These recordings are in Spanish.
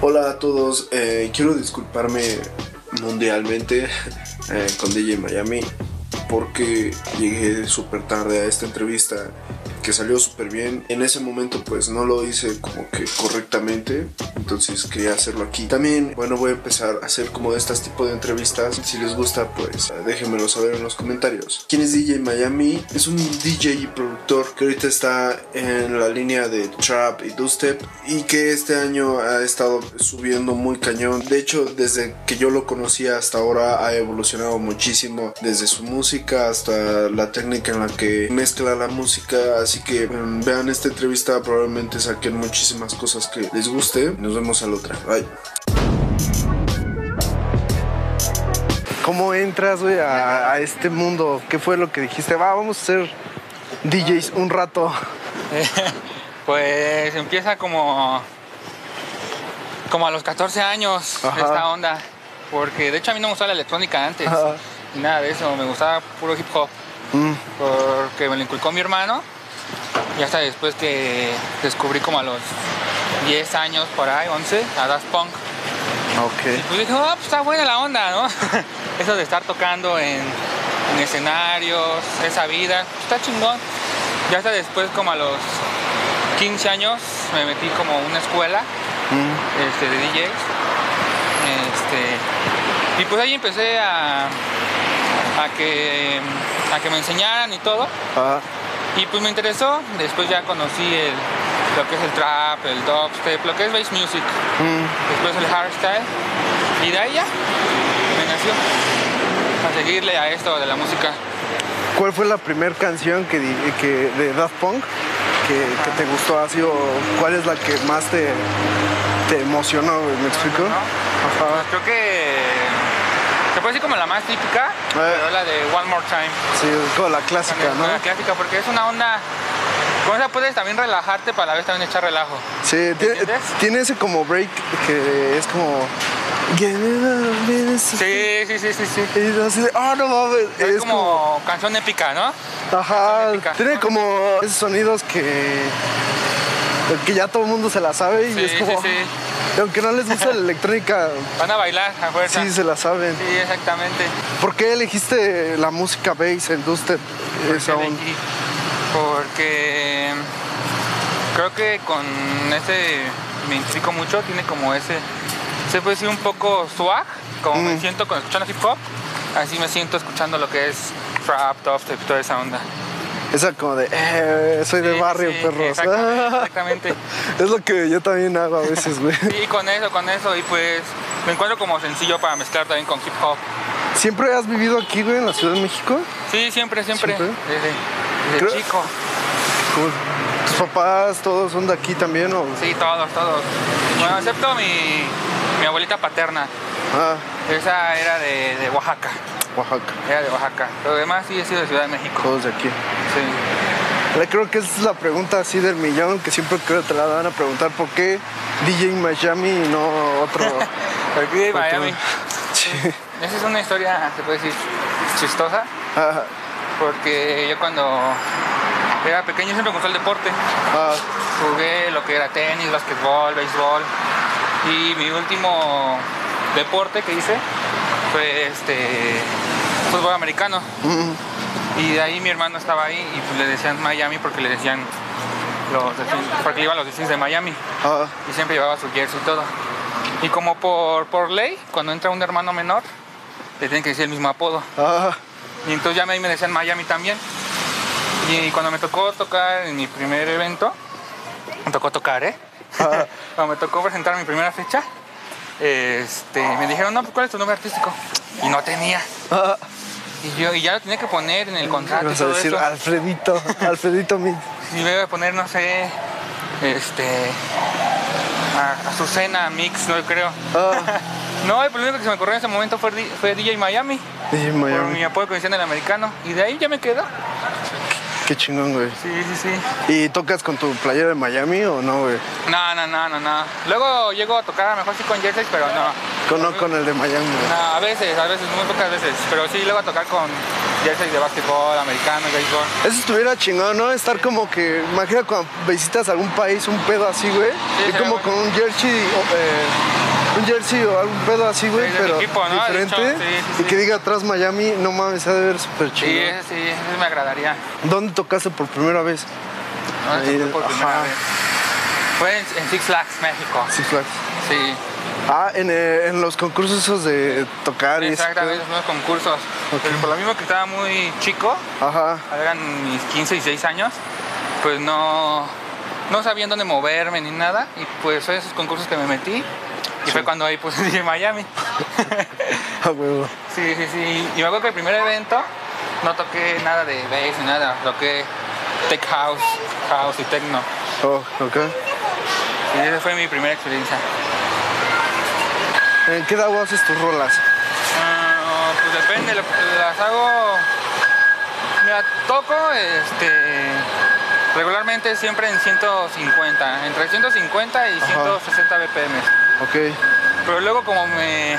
Hola a todos, eh, quiero disculparme mundialmente eh, con DJ Miami porque llegué súper tarde a esta entrevista que salió súper bien. En ese momento pues no lo hice como que correctamente, entonces quería hacerlo aquí. También, bueno, voy a empezar a hacer como de estas tipo de entrevistas. Si les gusta pues déjenmelo saber en los comentarios. ¿Quién es DJ Miami? Es un DJ y productor que ahorita está en la línea de trap y dubstep y que este año ha estado subiendo muy cañón. De hecho, desde que yo lo conocí hasta ahora ha evolucionado muchísimo desde su música hasta la técnica en la que mezcla la música Así que um, vean esta entrevista, probablemente saquen muchísimas cosas que les guste. Nos vemos a la otra. Bye. ¿Cómo entras, güey, a, a este mundo? ¿Qué fue lo que dijiste? Va, vamos a ser DJs un rato. pues empieza como, como a los 14 años Ajá. esta onda. Porque de hecho a mí no me gustaba la electrónica antes. Ajá. Ni nada de eso. Me gustaba puro hip hop. Mm, Porque me lo inculcó mi hermano. Y hasta después que descubrí como a los 10 años por ahí, 11, a Daft Punk. ok. Pues dije, ah, pues está buena la onda, ¿no? Eso de estar tocando en, en escenarios, esa vida, pues, está chingón. Ya hasta después, como a los 15 años, me metí como a una escuela Mm, este, de DJs. Este, y pues ahí empecé a, a, que, a que me enseñaran y todo. ah, Y pues me interesó. Después ya conocí el- lo que es el trap, el dubstep, lo que es bass music mm, después el hardstyle y de ahí ya me nació a seguirle a esto de la música. ¿Cuál fue la primera canción que, di- que de Daft Punk que, que te gustó así o cuál es la que más te, te emocionó, güey? ¿Me explico? ¿no? Ajá. Pues creo que se puede decir como la más típica, pero la de One More Time, Sí, es como la clásica, también, ¿no? la clásica, porque es una onda con esa puedes también relajarte para a la vez también echar relajo. Sí, tiene, entiendes? tiene ese como break que es como... Sí, sí, sí, sí, sí. Y es así de, ah, no mames. Es, como, canción épica, ¿no? Ajá, épica. tiene como esos sonidos que, que ya todo el mundo se la sabe y Sí, es como, sí, y aunque no les gusta la electrónica, Van a bailar a fuerza. sí Sí, se la saben. exactamente. ¿Por qué elegiste la música bass, el dubstep, esa Porque onda? elegí- Porque creo que con este me identifico mucho, tiene como ese, se puede decir un poco swag, como me Mm. siento con escuchando hip hop, así me siento escuchando lo que es trap, dubstep, toda esa onda. Esa como de, eh, soy de Sí, barrio, sí, perros. Exactamente. exactamente. es lo que yo también hago a veces, güey. Sí, con eso, con eso, y pues me encuentro como sencillo para mezclar también con hip hop. ¿Siempre has vivido aquí, güey, en la Ciudad de México? Sí, siempre, siempre. ¿Siempre? Desde, desde Creo- chico. Cool. Pues, ¿Tus papás todos son de aquí también o...? Sí, todos, todos. Bueno, excepto mi, mi abuelita paterna. Ah, Esa era de, de Oaxaca, Oaxaca, era de Oaxaca. Lo demás sí he sido de Ciudad de México. todos de aquí. Sí. Le creo que esa es la pregunta así del millón que siempre creo que te la van a preguntar por qué DJ Miami y no otro. Aquí de Miami. Sí. Esa es una historia, se puede decir, chistosa, Ah, porque yo cuando era pequeño siempre me gustó el deporte. ah, Jugué lo que era tenis, basquetbol, béisbol. Y mi último deporte que hice fue este fútbol americano. mm, Y de ahí mi hermano estaba ahí y pues le decían Miami porque le decían los Delfines- porque le iban los Delfines de Miami. ah, y siempre llevaba su jersey y todo. Y como por, por ley, cuando entra un hermano menor, le tienen que decir el mismo apodo. ah, Y entonces ya me, me decían Miami también. Y cuando me tocó tocar en mi primer evento, me tocó tocar, ¿eh? ah, Cuando me tocó presentar mi primera fecha, este, me dijeron, no, pues ¿cuál es tu nombre artístico? Y no tenía. ah. Y yo y ya lo tenía que poner en el contrato. y Vas a todo decir "Ah". eso. Alfredito, Alfredito mi. Si me voy a poner, no sé, este. A Azucena Mix, no creo. Ah, No, el primero que se me ocurrió en ese momento fue, di- fue DJ Miami, DJ por mi Miami. apodo que me decían el americano. Y de ahí ya me quedo. Qué chingón, güey. Sí, sí, sí. ¿Y tocas con tu playera de Miami o no, güey? No, no, no, no, no. Luego llego a tocar a lo mejor sí con jerseys, pero no. Con, no con el de Miami, güey. No, a veces, a veces, muy pocas veces. Pero sí, luego a tocar con, jerseys de básquetbol, americano, béisbol. Eso estuviera chingón, ¿no? Estar como que, imagina cuando visitas algún país, un pedo así, güey. Sí, y sería como bueno. con un jersey, o, eh, un jersey o algún pedo así, güey, Sí, de mi pero equipo, ¿no? De hecho, diferente. sí, sí, y que sí. diga atrás Miami, no mames, se ha de ver súper Sí, eh. chingón. ese sí, ese me agradaría. ¿Dónde tocaste por primera vez? ¿no? Ese Ahí, fue por primera ajá. vez. Fue en, en Six Flags, México. Six Flags. Sí, Ah, en, eh, en los concursos esos de tocar y ese exactamente, pedo. los nuevos concursos. Ok. Pero por lo mismo que estaba muy chico, Ajá. eran mis 15 y 6 años, pues no, no sabía en dónde moverme ni nada. Y pues fue esos concursos que me metí. Y fue cuando ahí pues dije Miami. A huevo. Sí, sí, sí. Y me acuerdo que el primer evento no toqué nada de bass ni nada. Toqué tech house, house y techno. Oh, ok. Y esa fue mi primera experiencia. ¿En Eh, qué edad haces tus rolas? Ah, pues depende, lo- las hago. Mira, toco este, regularmente siempre en 150, entre 150 y Ajá. 160 BPM. Ok. Pero luego, como me,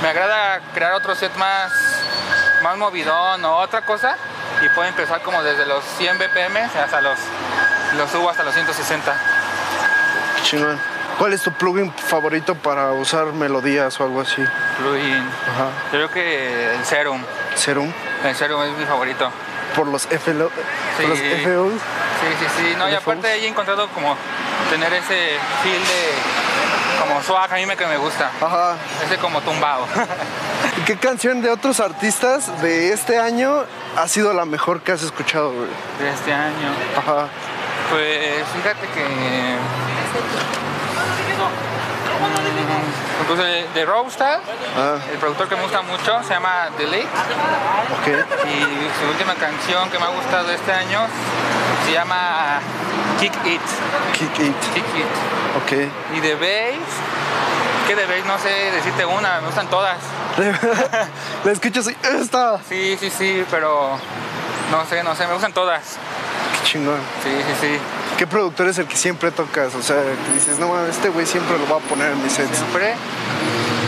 me agrada crear otro set más, más movidón o otra cosa, y puedo empezar como desde los 100 BPM hasta los. Los subo hasta los 160. Chingón. ¿Cuál es tu plugin favorito para usar melodías o algo así? Plugin. Ajá. Yo creo que el Serum. Serum. El Serum es mi favorito. Por los FLO. Sí. Por los FLO. Sí, sí, sí. No, y ¿Le aparte fomos? he encontrado como tener ese feel de como swag, a mí me que me gusta. Ajá. Ese como tumbado. ¿Qué canción de otros artistas de este año ha sido la mejor que has escuchado, güey? De este año. Ajá. Pues fíjate que. Mm, Pues de, de Rockstar, Ah, el productor que me gusta mucho se llama Delete ok. y su última canción que me ha gustado este año se llama Kick It, Kick It. Kick It. Ok. Y de Bass, que de Bass no sé decirte una, me gustan todas. La escuchas y esta. Sí, sí, sí, pero no sé, no sé, me gustan todas. Qué chingón. Sí, sí, sí. ¿Qué productor es el que siempre tocas? O sea, que dices, no mames, este güey siempre lo va a poner en mis sets. Siempre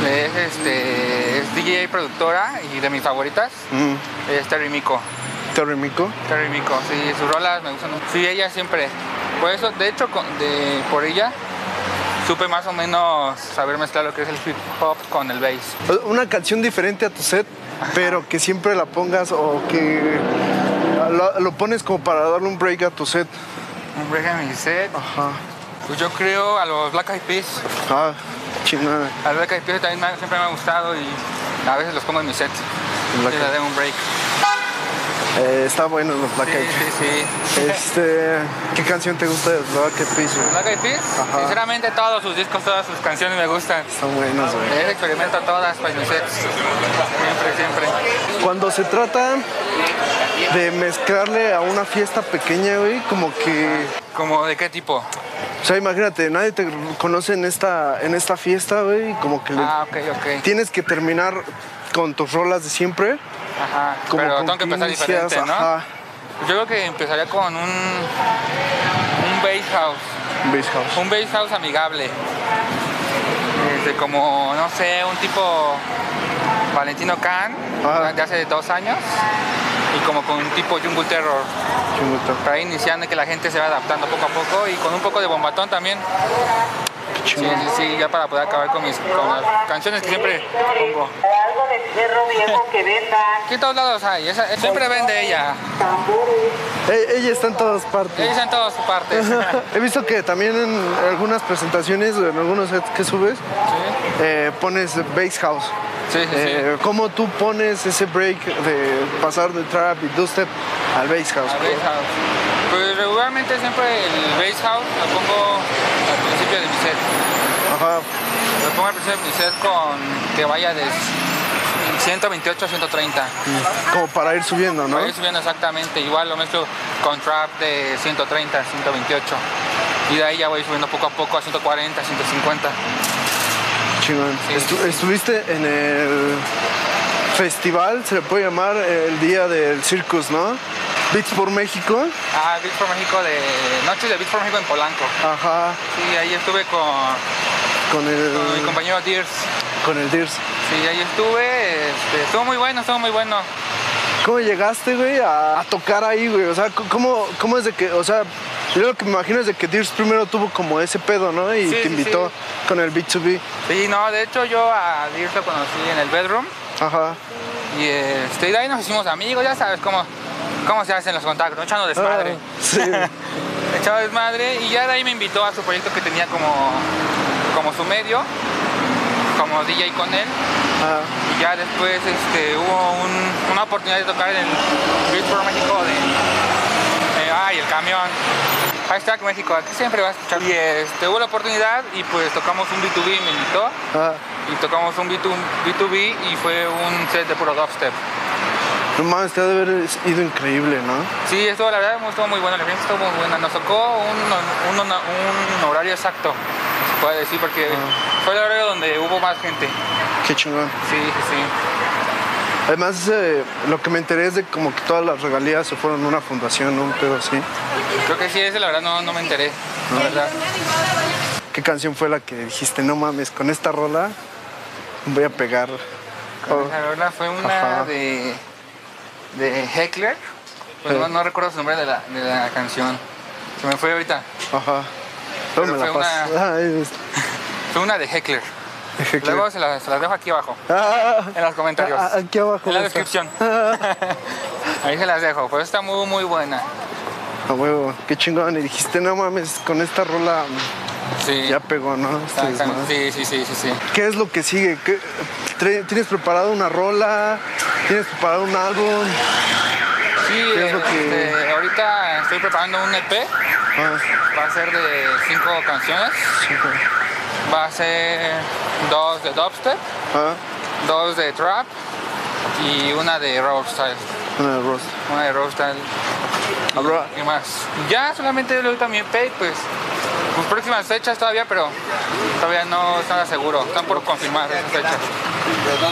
es, este, es DJ productora y de mis favoritas Mm. es Terry Mico. Terry Mico. Terry Mico, sí, sus rolas me gustan. mucho. Sí, ella siempre. Por eso, de hecho, con- de, por ella supe más o menos saber mezclar lo que es el hip hop con el bass. Una canción diferente a tu set, pero que siempre la pongas o que lo, lo pones como para darle un break a tu set. Un break en mi set. Ajá. Pues yo creo a los Black Eyed Peas. Ah, chingada. A los Black Eyed Peas también me- siempre me ha gustado y a veces los pongo en mi set. Black Y le doy un break. Eh, está bueno los Black Sí, Eyed Peas. sí, sí. Este, ¿Qué canción te gusta de los Black Eyed Peas? güey? Black Eyed Peas, Ajá. sinceramente todos sus discos, todas sus canciones me gustan. Están buenas, güey. Les experimento todas para mis sets. Siempre, siempre. Cuando se trata de mezclarle a una fiesta pequeña, güey, como que... ¿Como de qué tipo? O sea, imagínate, nadie te conoce en esta, en esta fiesta, güey, y como que le- Ah, ok, ok. tienes que terminar con tus rolas de siempre. Ajá. Como Pero con tengo que empezar inicias, diferente, ¿no? Ajá. Yo creo que empezaría con un, un bass house. Bass house. Un bass house amigable. Este, como, no sé, un tipo Valentino Khan, Ajá. de hace dos años. Y como con un tipo Jungle Terror. Chingota. Para ir iniciando que la gente se va adaptando poco a poco y con un poco de bombatón también. Sí, chingón. sí, sí, ya para poder acabar con mis con las canciones que siempre pongo. O algo de fierro viejo que venda. Aquí en todos lados hay, esa- siempre vende ella. Tambores. E- ella está en todas Ella partes. está en todas partes. Sí. He visto que también en algunas presentaciones, o en algunos sets que subes, eh, pones bass house. Sí, sí, sí. Eh, ¿Cómo tú pones ese break de pasar de trap y dubstep al bass house? La Bass House. Pues regularmente siempre el Bass House lo pongo al principio de mi set. Ajá. Lo pongo al principio de mi set con que vaya de 128 a 130. Como para ir subiendo, ¿no? Voy subiendo exactamente, igual lo mezclo con trap de 130 a 128. Y de ahí ya voy subiendo poco a poco a 140, 150. Chingón. Sí, Estu- sí, sí. Estuviste en el festival, se le puede llamar el día del circus, ¿no? Beats por México. Ah, Beat for México de. Noche de Beat for México en Polanco. Ajá. Sí, ahí estuve con, Con el. con mi compañero Dears. Con el Dears. Sí, ahí estuve. este, estuvo muy bueno, estuvo muy bueno. ¿Cómo llegaste, güey, a, a tocar ahí, güey? O sea, c- ¿cómo, ¿cómo es de que, o sea, yo lo que me imagino es de que Dears primero tuvo como ese pedo, ¿no? Y Sí, te sí, invitó sí. con el B2B. Sí, no, de hecho yo a Dirk lo conocí en el bedroom Ajá. y este, y de ahí nos hicimos amigos, ya sabes cómo, cómo se hacen los contactos, ¿no? echando desmadre. Ah, sí. Echaba desmadre y ya de ahí me invitó a su proyecto que tenía como, como su medio, como DJ con él. Ajá. Y ya después este, hubo un- una oportunidad de tocar en el Beat for México de. eh, ay, el camión. Hashtag México, aquí siempre va a escuchar. Y este, hubo la oportunidad y pues tocamos un B2B, me invitó. Ah, Y tocamos un B2, B2B y fue un set de puro dubstep. no mames, te ha de haber ido increíble, ¿no? Sí, estuvo la verdad, estuvo muy buena, la experiencia estuvo muy buena. Nos tocó un, un- un horario exacto, se puede decir, porque Ah. fue el horario donde hubo más gente. Qué chingón. Sí, sí, sí. Además, eh, lo que me enteré es de como que todas las regalías se fueron a una fundación, ¿no? Un pedo así. Creo que sí, ese la verdad no, no me enteré. La verdad. ¿Qué canción fue la que dijiste, no mames, con esta rola voy a pegar? Oh, La verdad fue una Ajá. de, de Heckler, pero Sí. no, no recuerdo su nombre de la, de la canción. Se me fue ahorita. Oh, ajá. Luego Pero me la fue pasas. Ay, es- Fue una de Heckler. dije que- Luego se las, se las dejo aquí abajo, Ah, en los comentarios. ah, aquí abajo. en la va a estar. descripción. Ahí se las dejo, pero está muy, muy buena. A huevo, qué chingón. Y dijiste, no mames, con esta rola Sí. ya pegó, ¿no? Este Está- está- desmadre. sí, sí, sí, sí, sí. ¿Qué es lo que sigue? ¿Qué- tre- ¿Tienes preparado una rola? ¿Tienes preparado un álbum? Sí, ¿Qué es lo que- este, ahorita estoy preparando un EP, Ah, va a ser de cinco canciones, sí, güey. va a ser dos de dubstep, Ah, dos de trap y una de rock style, una de Ross. una de rock style y- Habrá- y, más. Ya solamente lo también EP, pues, pues próximas fechas todavía, pero todavía no está nada seguro, están por confirmar esas fechas.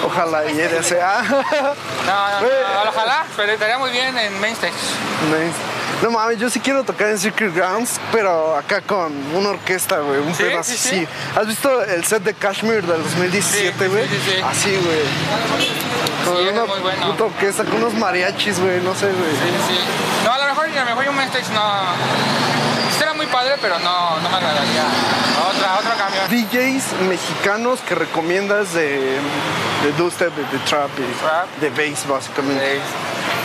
Ojalá y ella sea. No, no, Eh. no, ojalá, pero estaría muy bien en main stage. Nice. No mames, yo sí quiero tocar en Circuit Grounds, pero acá con una orquesta, güey, un Sí, pedo sí, así. sí. ¿Has visto el set de Kashmir del 2017, Sí, güey? sí, sí, sí. Así, güey. Con Sí, es una muy bueno. puta orquesta, con unos mariachis, güey, no sé, güey. Sí, sí. No, a lo mejor, a lo mejor un mainstage no. Será muy padre, pero no, no me agradaría. Otra, otro camión. DJs mexicanos que recomiendas de, de dubstep, de, de trap Trap. y de bass, básicamente. Eh,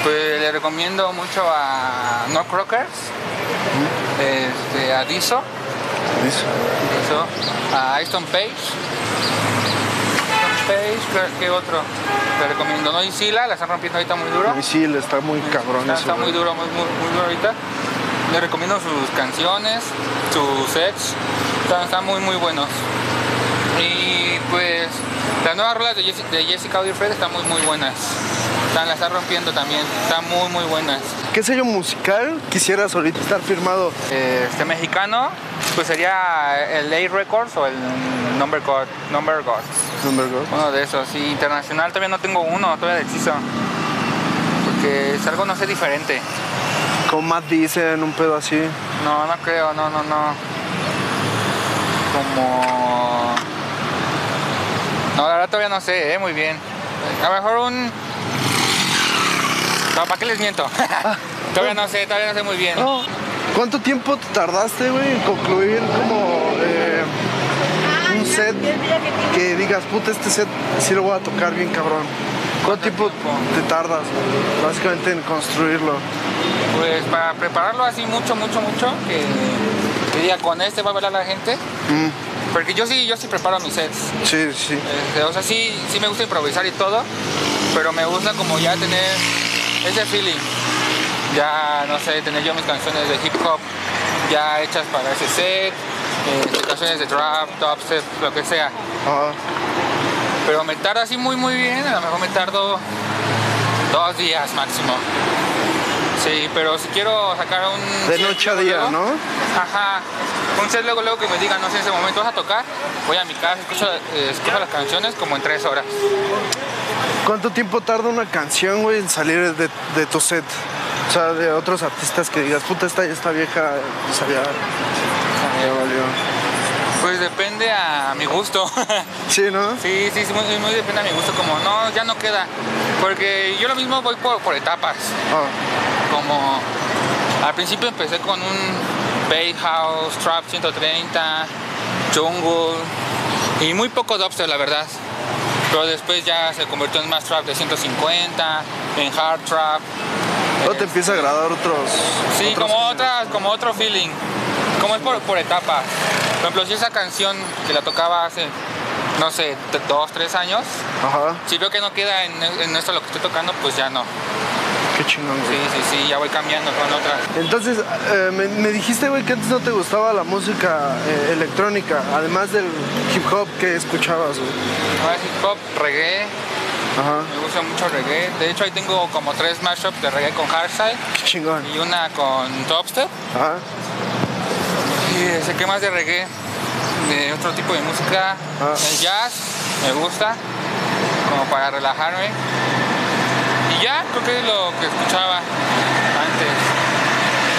Pues le recomiendo mucho a No Crockers, este, a Dizzo, Dizzo, a Aston Page. Aston Page, ¿qué- ¿qué otro? Le recomiendo No Isila, la están rompiendo ahorita muy duro. Y sí, le está muy cabrón Está, eso, está muy güey. duro, muy, muy, muy duro ahorita. Le recomiendo sus canciones, sus sets. Están, están muy, muy buenos. Y pues las nuevas rolas de, Jessi- de Jessica Odifred están muy, muy buenas. Están, la están rompiendo también. Están muy, muy buenas. ¿Qué sello musical quisieras ahorita estar firmado? Este mexicano, pues sería el A Records o el Number God. Number Gods. Number dos. Uno de esos. Y internacional todavía no tengo uno, todavía de hechizo. Porque es algo, no sé, diferente. Como Matt dicen, un pedo así. No, no creo, no, no, no. Como. No, la verdad todavía no sé, ¿eh? muy bien. A lo mejor un. No, ¿para qué les miento? todavía no sé, todavía no sé muy bien. No. ¿Cuánto tiempo te tardaste, güey, en concluir como eh, un set que digas, puta, este set sí lo voy a tocar bien cabrón? ¿Cuánto tiempo te tardas, güey, básicamente, en construirlo? Pues para prepararlo así mucho, mucho, mucho, que, que diga con este va a bailar la gente. Mm, Porque yo sí, yo sí preparo mis sets. sí, sí. Este, o sea, sí, sí me gusta improvisar y todo, pero me gusta como ya tener ese feeling. Ya, no sé, tener yo mis canciones de hip hop ya hechas para ese set, eh, canciones de trap, dubstep, lo que sea. Ajá. Pero me tarda así muy, muy bien, a lo mejor me tardo dos días máximo. Sí, pero si quiero sacar un... De set noche a luego, día, luego, ¿no? Ajá. Un set luego, luego que me digan, no sé, en ese momento vas a tocar, voy a mi casa, escucho, eh, escucho las canciones como en tres horas. ¿Cuánto tiempo tarda una canción, güey, en salir de, de tu set? O sea, de otros artistas que digas, puta, esta, esta vieja, pues, ya, ya valió. Pues depende a mi gusto. Sí, ¿no? sí, sí, sí, muy, muy depende a mi gusto. Como no, ya no queda. Porque yo lo mismo voy por, por etapas. Ah, Como al principio empecé con un Bay House, Trap 130, Jungle y muy poco dubstep, la verdad. Pero después ya se convirtió en más trap de 150, en hard trap. luego te empieza a agradar otros. Sí, otros como géneros. otra, como otro feeling. Como es por, por etapas. Por ejemplo, si esa canción que la tocaba hace, no sé, t- dos, tres años, Ajá, si veo que no queda en, en esto lo que estoy tocando, pues ya no. qué chingón, Sí, güey. sí, sí, ya voy cambiando con otras. Entonces, eh, me, me dijiste, güey, que antes no te gustaba la música eh, electrónica, además del hip hop que escuchabas, güey. Ahora es hip hop, reggae, Ajá, me gusta mucho reggae. De hecho, ahí tengo como tres mashups de reggae con Hardside qué chingón. y una con Dubstep. Ajá, Y sé que más de reggae, de otro tipo de música. Ah. El jazz me gusta, como para relajarme. Y ya, creo que es lo que escuchaba antes.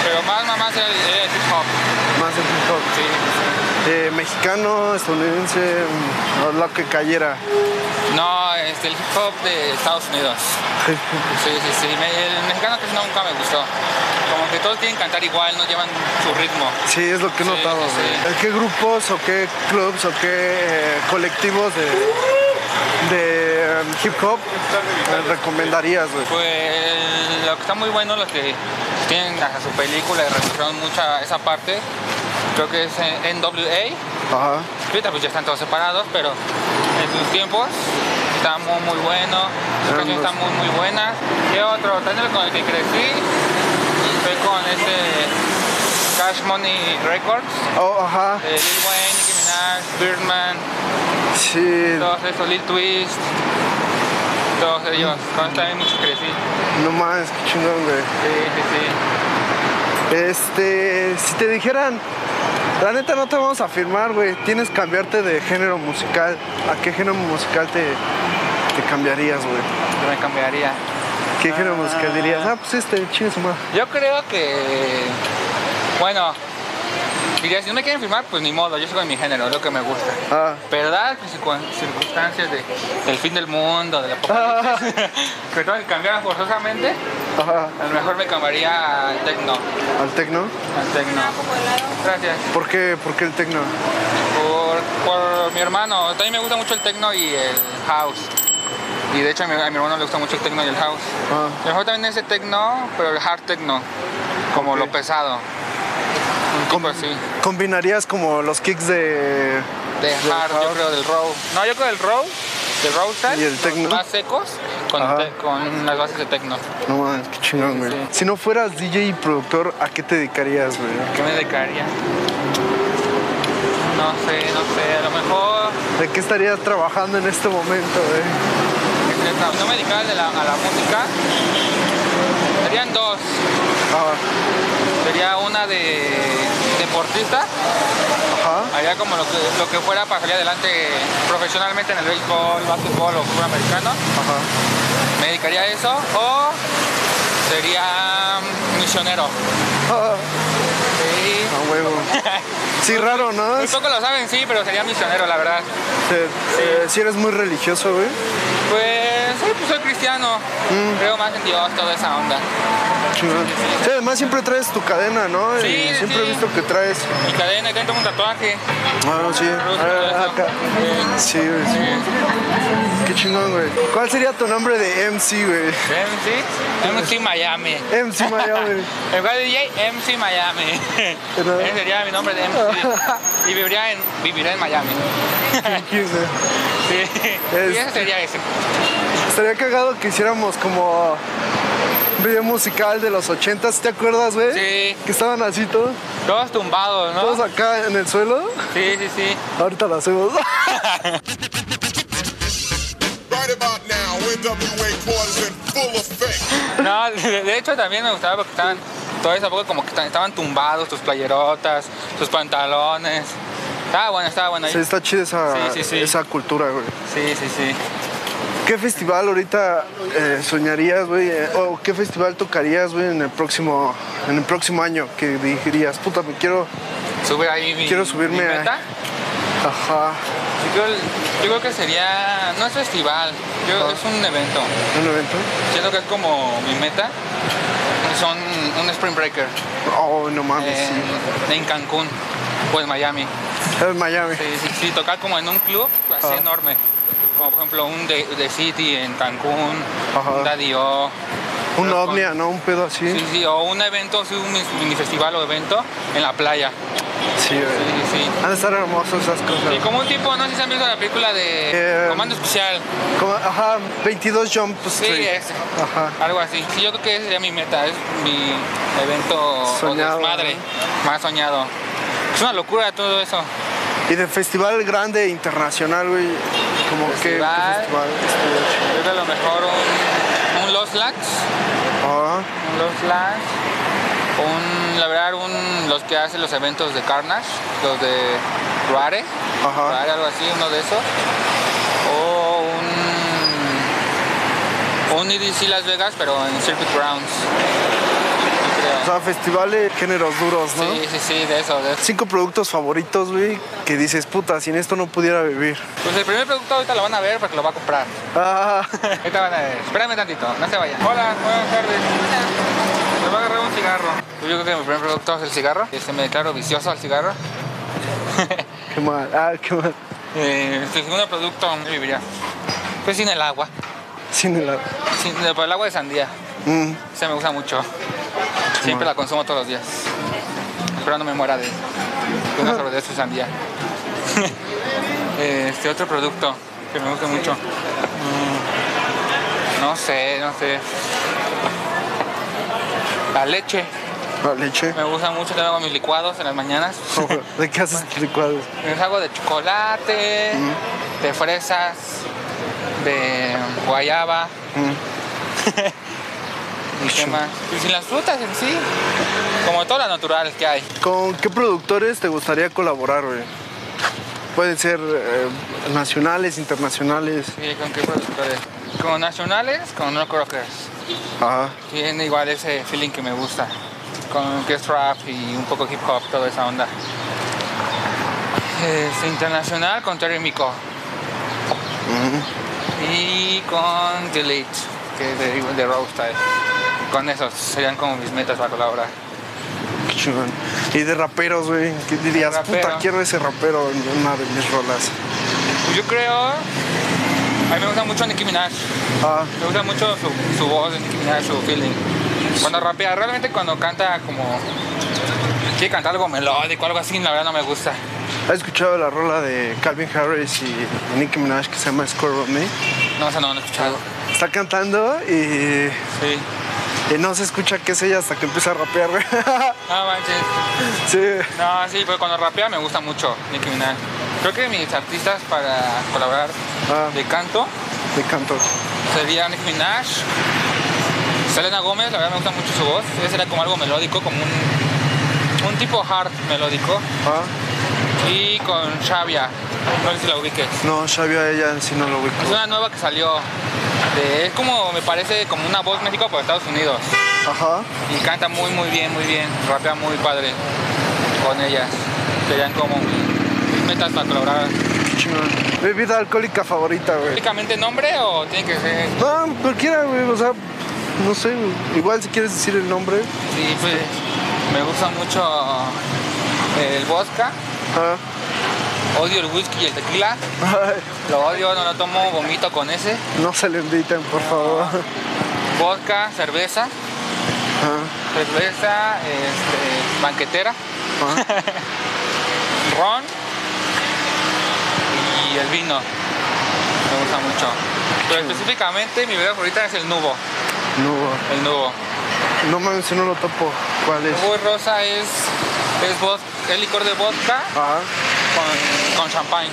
Pero más, más, más era el, era el hip hop. más el hip hop. Sí. Eh, mexicano, estadounidense, mm, lo que cayera. No, este, el hip hop de Estados Unidos. Sí, sí, sí. Me- El mexicano casi nunca me gustó. Como que todos quieren cantar igual, no llevan su ritmo. Sí, es lo que he Sí, notado. sí, sí. güey. ¿Qué grupos o qué clubs o qué eh, colectivos de, de, em, hip hop eh, recomendarías, güey? Pues lo que está muy bueno, los que tienen hasta su película y redujeron mucha esa parte, creo que es en NWA. Ajá. Ahorita pues ya están todos separados, pero en sus tiempos está muy, muy bueno. Sus Eran canciones los- están muy, muy buenas. ¿Qué otro? También con el que crecí fue con este Cash Money Records. Oh, ajá. eh, Lil Wayne, Nicki Minaj, Birdman, Sí, todos esos Lil Twist, todos ellos, con también mucho crecí. Sí, no más, qué chingón, güey. sí, sí. Este, si te dijeran, la neta no te vamos a firmar, güey. Tienes que cambiarte de género musical. ¿A qué género musical te, te cambiarías, güey? Yo me cambiaría. ¿Qué género Ah. musical dirías? Ah, pues este, chisma. Yo creo que, bueno, diría, si no me quieren firmar, pues ni modo, yo sigo en mi género, es lo que me gusta. Ah, Pero dadas las circun- circunstancias de, del fin del mundo, de la apocalipsis, que tengo que cambiar forzosamente, ajá. a lo mejor me cambiaría al techno. Al ¿Al tecno? techno. Gracias. ¿Por qué, ¿Por qué el tecno? Por, por mi hermano, también me gusta mucho el techno y el house. Y de hecho a mi, a mi hermano le gusta mucho el techno y el house. Ah, A lo mejor también ese techno, pero el hard techno, como lo pesado. Un tipo así. ¿Combinarías como los kicks de. De del hard, yo house? creo del row. No, yo creo del row, del row style, ¿Y el techno? los más secos, con, Ajá. te- con las bases de techno. No mames, qué chingón, güey. Sí. Si no fueras DJ y productor, ¿a qué te dedicarías, güey? ¿Qué me dedicaría? No sé, no sé, a lo mejor ¿De qué estarías trabajando en este momento, güey? este, no- no me dedicara de la- a la música. Serían dos. Ah, Sería una de deportista, ajá. haría como lo que, lo que fuera para salir adelante profesionalmente en el béisbol, básquetbol o fútbol americano. Ajá. Me dedicaría a eso o sería mm, misionero. Ah, Sí. a huevo. Sí, raro, ¿no? Muy poco lo saben, sí, pero sería misionero, la verdad. si Eh, eres muy religioso, güey. Pues sí, pues soy cristiano. Creo más en Dios, toda esa onda. Chingón. Sí, además siempre traes tu cadena, ¿no? Sí, Y sí, siempre he sí. visto que traes. Mi cadena, acá tengo un tatuaje. Ah, sí. Ah, acá. Sí, güey. sí. Qué chingón, güey. ¿Cuál sería tu nombre de MC, güey? MC, MC Miami. MC Miami. El cual DJ MC Miami. Pero- Ese sería mi nombre de MC. Y viviría en, viviría en Miami. Sí, güey. Sí. Es- Y ese sería ese. Estaría cagado que hiciéramos como un video musical de los 80 ¿te acuerdas, güey? Sí. Ah. Que estaban así todos, Todos tumbados, ¿no? todos acá en el suelo. Sí, sí, sí. Ahorita lo hacemos. Right about now, NWA quarters in full effect. No, de de hecho también me gustaba porque estaban todo eso poco como que estaban- estaban tumbados, tus playerotas, tus pantalones. Estaba bueno, estaba bueno. ahí. Sí, está chida esa, Sí, sí, sí. esa cultura, güey. Sí, sí, sí. ¿Qué festival ahorita eh, soñarías, güey? eh, ¿O qué festival tocarías, güey, en el próximo en el próximo año? Que dirías, puta, me quiero... Sube ahí mi. Quiero subirme mi a- meta. Ajá. Yo creo el- Yo creo que sería, no es festival, yo, Ah. es un evento. ¿Un evento? Siento que es como mi meta. Son un Spring Breaker Oh, no mames, en, en Cancún o en Miami. sí. Es Eh, Miami. Sí, sí, sí, tocar como en un club así Ah. enorme. Como por ejemplo un The, The City en Cancún, Ajá. un Daddy O. Un pero con- ovnia, ¿no? Un pedo así. Sí, sí, o un evento, sí, un mini- mini festival o evento en la playa. Sí, Sí, güey. sí. Han de estar hermosos esas Y cosas. como un tipo, no sé si han visto la película de Eh, Comando Especial. Como- ajá, 22 Jump Sí, eh. Street. es Ajá. algo así. Sí, yo creo que esa sería mi meta, es mi evento Soñado, o desmadre más soñado. Es una locura todo eso. Y de festival grande internacional, güey. Como que Festival. festival estuvo chido. Yo creo que a lo mejor un, un Los Lags, Ah, un Los Lags, un, la verdad, un, los que hacen los eventos de Carnage, los de Rare, Ajá. Rare, algo así, uno de esos. O un, un EDC Las Vegas, pero en Circuit Grounds. Yo creo. o sea, festivales géneros duros, ¿no? Sí, sí, sí, de eso, de eso. Cinco productos favoritos, güey, que dices, puta, sin esto no pudiera vivir. Pues el primer producto ahorita lo van a ver porque lo va a comprar. Ah, Ahorita van a ver. Espérame tantito, no se vayan. Hola, buenas tardes. Me va a agarrar un cigarro. Yo creo que mi primer producto es el cigarro. Este, me declaro vicioso al cigarro. qué mal, ah, qué mal. Eh, el segundo producto, ¿dónde viviría? Pues sin el agua. Sin el ar- Sin, por el agua de sandía. Mm. Se me gusta mucho. Siempre la consumo todos los días. Espero no me muera de, de una sobredosis de sandía. este otro producto que me gusta mucho. Mm, No sé, no sé. La leche. La leche. Me gusta mucho, también hago mis licuados en las mañanas. ¿De qué haces licuados? Les hago de chocolate, de fresas, de guayaba. ¿Y qué más? Pues, Y sin las frutas en sí, como todas las naturales que hay. ¿Con qué productores te gustaría colaborar, güey? Pueden ser eh, nacionales, internacionales. Sí, ¿Con qué productores? Con nacionales, con no crockers. Ajá. Tiene igual ese feeling que me gusta. Con que es rap y un poco hip hop, toda esa onda. Es internacional con Terry Miko. Y con Delete, que es de, de Raw Style. Con esos serían como mis metas para colaborar. Qué chingón. Y de raperos, güey. ¿Qué dirías? Rapero. Puta, quiero ese rapero en una de mis rolas. Pues Yo creo. A mí me gusta mucho Nicki Minaj. Ah, Me gusta mucho su, su voz, Nicki Minaj, su feeling. Cuando rapea, realmente cuando canta como. Quiere cantar algo melódico, algo así, la verdad no me gusta. ¿has escuchado la rola de Calvin Harris y Nicki Minaj que se llama Score on Me? No, eso no, no he escuchado. Está cantando y, Sí. y no se escucha qué es ella hasta que empieza a rapear, güey. No Ah, manches. sí. No, sí, pero cuando rapea me gusta mucho Nicki Minaj. Creo que mis artistas para colaborar Ah, de canto de canto. sería Nicki Minaj, Selena Gómez, la verdad me gusta mucho su voz. Ella sería como algo melódico, como un, un tipo hard melódico. Ah, Y con Xavia, no sé si la ubiques. no, Xavi a ella si no lo ubico. Es una nueva que salió. de- es como, me parece, como una voz México por Estados Unidos. Ajá. Y canta muy, muy bien, muy bien. Rapea muy padre con ella. Serían como mis metas para colaborar. Qué chingón. Bebida alcohólica favorita, güey. ¿Únicamente nombre o tiene que ser? No, cualquiera, güey. O sea, no sé. Igual si quieres decir el nombre. Sí, pues me gusta mucho eh, el vodka. Ah. Odio el whisky y el tequila. Lo odio, no lo tomo, vomito con ese. No se le inviten, por favor. Vodka, cerveza. Ah, Cerveza, este, banquetera. ah. ron y el vino. Me gusta mucho. Pero específicamente mi bebida favorita es el nubo. No, El nubo. no mames, si no lo topo. ¿Cuál es? El nubo rosa es, es, vod- es licor de vodka Ah. con, con champagne.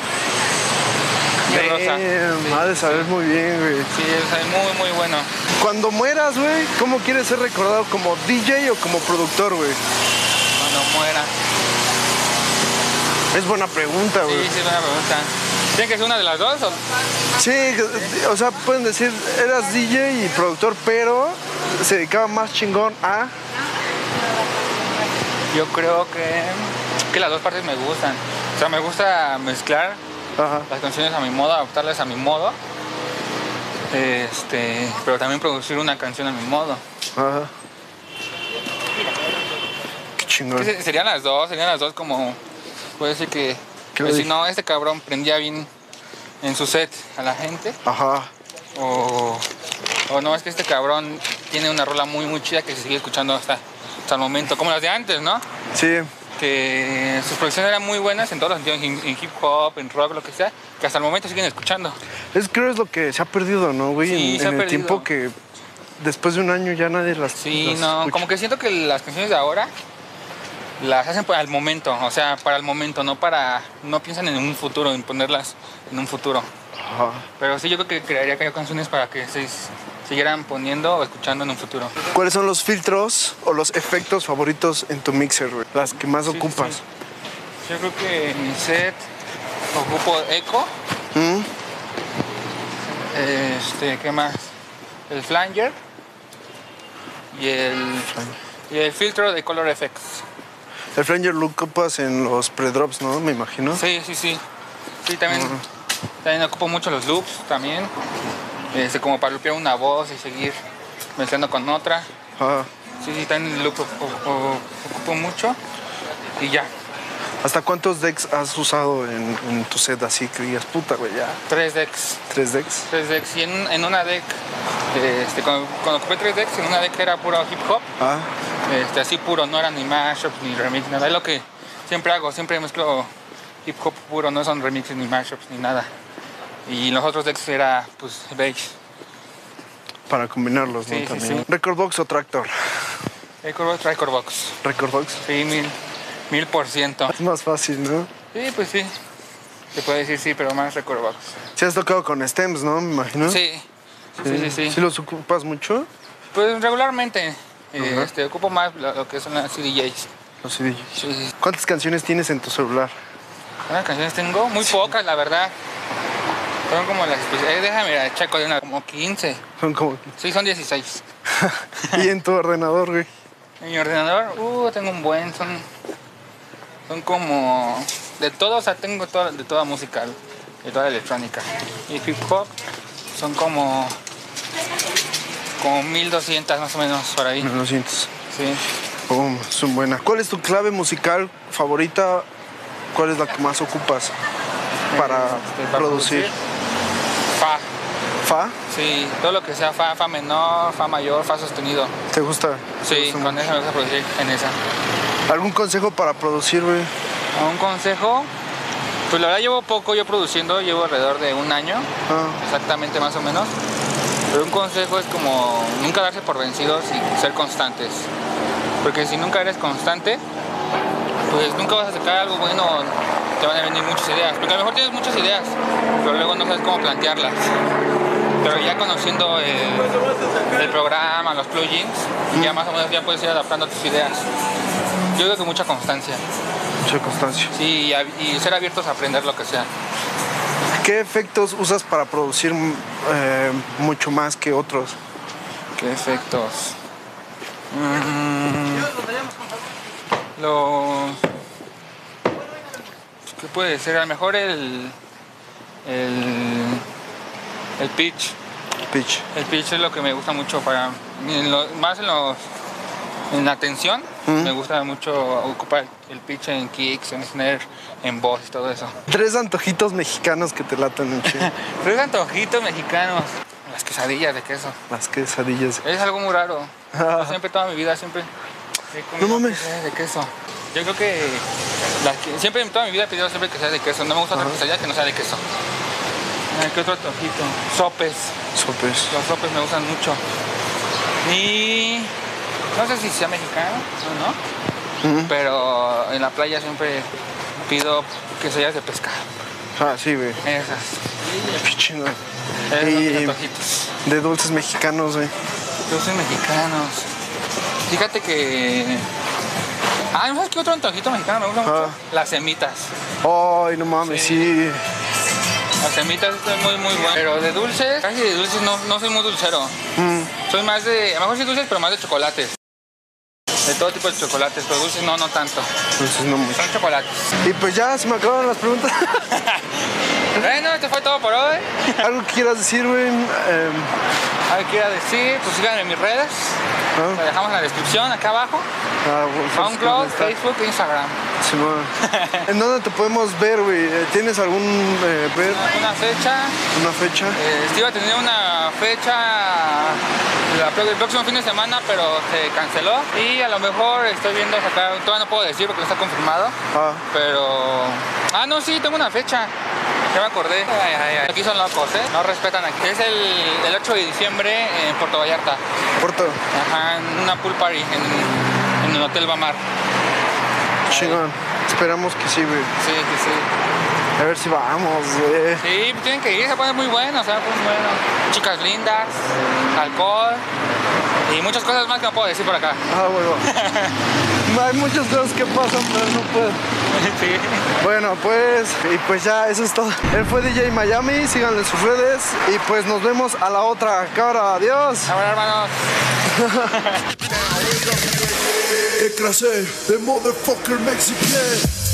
De rosa. Damn, Em, ha de saber muy bien, güey. Sí, es muy, muy bueno. Cuando mueras, güey, ¿cómo quieres ser recordado? ¿Como DJ o como productor, güey? Cuando muera. Es buena pregunta, Sí, güey. sí, es buena pregunta. ¿Tiene que ser una de las dos? o- Sí, o sea, pueden decir, eras DJ y productor, pero se dedicaba más chingón a... Yo creo que, que las dos partes me gustan. O sea, me gusta mezclar Ajá. las canciones a mi modo, adaptarlas a mi modo. Este, pero también producir una canción a mi modo. Ajá. Qué chingón. Que se- Serían las dos, serían las dos como. Puede decir que. ¿Qué le pues, si dije? no, este cabrón prendía bien en su set a la gente. Ajá. O, o no, es que este cabrón tiene una rola muy, muy chida que se sigue escuchando hasta, hasta el momento, como las de antes, ¿no? Sí. Que sus producciones eran muy buenas en todos los sentidos, en, en hip hop, en rock, lo que sea, que hasta el momento siguen escuchando. Es creo es lo que se ha perdido, ¿no, güey? Sí, en se ha en el perdido. tiempo que después de un año ya nadie las Sí, las no, escucha. como que siento que las canciones de ahora las hacen para el momento, o sea, para el momento, no para, no piensan en un futuro, en ponerlas en un futuro. Ajá. Pero sí, yo creo que crearía que hay canciones para que se siguieran poniendo o escuchando en un futuro. ¿Cuáles son los filtros o los efectos favoritos en tu mixer, güey? Las que más sí, ocupas. sí. Yo creo que en mi set ocupo eco, ¿Mm? este, ¿qué más? El flanger y el, y el filtro de color effects. El flanger lo ocupas en los pre-drops, ¿no? Me imagino. Sí, sí, sí. Sí, también, también ocupo mucho los loops también. Este, como para lupear una voz y seguir mezclando con otra. Ajá. Sí, sí, también el loop o- o- ocupo mucho. Y ya, ¿Hasta cuántos decks has usado en, en tu set así que digas, puta, güey, ya? tres decks. ¿Tres decks? Tres decks. Y en, en una deck, este, cuando, cuando ocupé tres decks, en una deck era puro hip hop. Ah, Este, así puro, no era ni mashups ni remix, nada. Es lo que siempre hago, siempre mezclo hip hop puro, no son remixes ni mashups ni nada. Y los otros decks era pues beige. para combinarlos, ¿no? Sí, sí, También. sí. ¿Record box o tractor? Record Box, Record Box. ¿Record box? Sí, mil, mil por ciento. Es más fácil, ¿no? Sí, pues sí. Se puede decir sí, pero más Record Box. Si has tocado con stems, ¿no? Me imagino. Sí. Sí, sí, sí. ¿Mm? ¿Sí los ocupas mucho? Pues regularmente eh, este, ocupo más lo, lo que son las CDJs. Los CDs. Sí, sí. ¿Cuántas canciones tienes en tu celular? ¿Cuántas canciones tengo? Muy pocas, la verdad. Son como las... pues, eh, déjame la checo de una, como 15. Son como... Sí, son 16. y en tu ordenador, güey. En mi ordenador, uh, tengo un buen, son... Son como... De todo, o sea, tengo toda- de toda música, de toda electrónica. Y hip hop son como... Como 1200 más o menos por ahí. No lo sientes. Sí. Boom, es un buena. ¿Cuál es tu clave musical favorita? ¿Cuál es la que más ocupas para Este, producir? Fa. ¿Fa? Sí, todo lo que sea fa, fa menor, fa mayor, fa sostenido. ¿Te gusta? ¿Te Sí, gusta con eso me gusta producir en esa. mucho? ¿Algún consejo para producir, güey? Un consejo, pues la verdad llevo poco yo produciendo, llevo alrededor de un año, Ah, exactamente más o menos. Pero un consejo es como nunca darse por vencidos y ser constantes. Porque si nunca eres constante, pues nunca vas a sacar algo bueno, te van a venir muchas ideas. Porque a lo mejor tienes muchas ideas, pero luego no sabes cómo plantearlas. Pero ya conociendo el, el programa, los plugins, ya más o menos ya puedes ir adaptando tus ideas. Yo creo que mucha constancia. mucha constancia. Sí, y ab- y ser abiertos a aprender lo que sea. ¿Qué efectos usas para producir mm, eh, mucho más que otros? ¿Qué efectos? Mm, los... ¿Qué puede ser? A lo mejor el... El... El pitch. Pitch. El pitch es lo que me gusta mucho para... en lo- más en los... En la tensión, me gusta mucho ocupar el pitch en kicks, en snare, en voz y todo eso. Tres antojitos mexicanos que te latan un chingo. Pero es antojitos mexicanos. Las quesadillas de queso. Las quesadillas. Es algo muy raro. Yo Siempre toda mi vida siempre he comido No mames. quesadillas de queso. Yo creo que, las que- siempre en toda mi vida he pedido siempre que sea de queso. No me gusta otra quesadilla que no sea de queso. Ah, ¿Qué otro antojito? Sopes. Sopes. Los sopes me gustan mucho. Y no sé si sea mexicano o no, pero en la playa siempre pido quesadillas de pesca. Ah, sí, güey. Esas. Qué chingón. Esos son mis Y- Eh, antojitos. De dulces mexicanos, güey. Dulces mexicanos. Fíjate que. Ah, ¿no sabes qué otro antojito mexicano me gusta mucho? Ah. Las semitas. Ay, no mames, sí. Las semitas están muy, muy buenas. Pero de dulces, casi de dulces no, no soy muy dulcero. Mm. Soy más de. A lo mejor sí dulces, pero más de chocolates. De todo tipo de chocolates, pero dulces no, no tanto. Entonces no mucho. Son chocolates. Y pues ya, se me acabaron las preguntas. Bueno, esto fue todo por hoy. ¿Algo que quieras decir, güey? Em, A ver qué iba a decir, pues síganme en mis redes. ¿no? Lo dejamos en la descripción, acá abajo. Ah, bueno, SoundCloud, pues, está- Facebook e Instagram. Simón. ¿En dónde te podemos ver, güey? Eh, ¿Tienes algún eh, ver, Una fecha, una fecha? eh, sí iba a tener una fecha la pro- el próximo fin de semana, pero se canceló. Y a lo mejor estoy viendo sacar, todavía no puedo decir porque no está confirmado. Ah, Pero. Ah, no, sí, tengo una fecha. Ya me acordé. Ay, ay, ay. Aquí son locos, ¿eh? No respetan aquí. Es el, el 8 de diciembre en Puerto Vallarta. Puerto. Ajá, en una pool party en, en el Hotel Bamar. Chingón. Esperamos que sí, güey. Sí, sí, sí. A ver si vamos, güey. Sí, pues tienen que ir, se pone muy bueno, se pone muy bueno. Chicas lindas, alcohol y muchas cosas más que no puedo decir por acá. Ah, huevo. Hay muchas cosas que pasan, pero no puedo. sí. Bueno, pues, y pues ya, eso es todo. Él fue DJ Miami, síganle en sus redes. Y pues nos vemos a la otra cara. Adiós. Ahora, hermanos. écrasé de motherfucker mexican.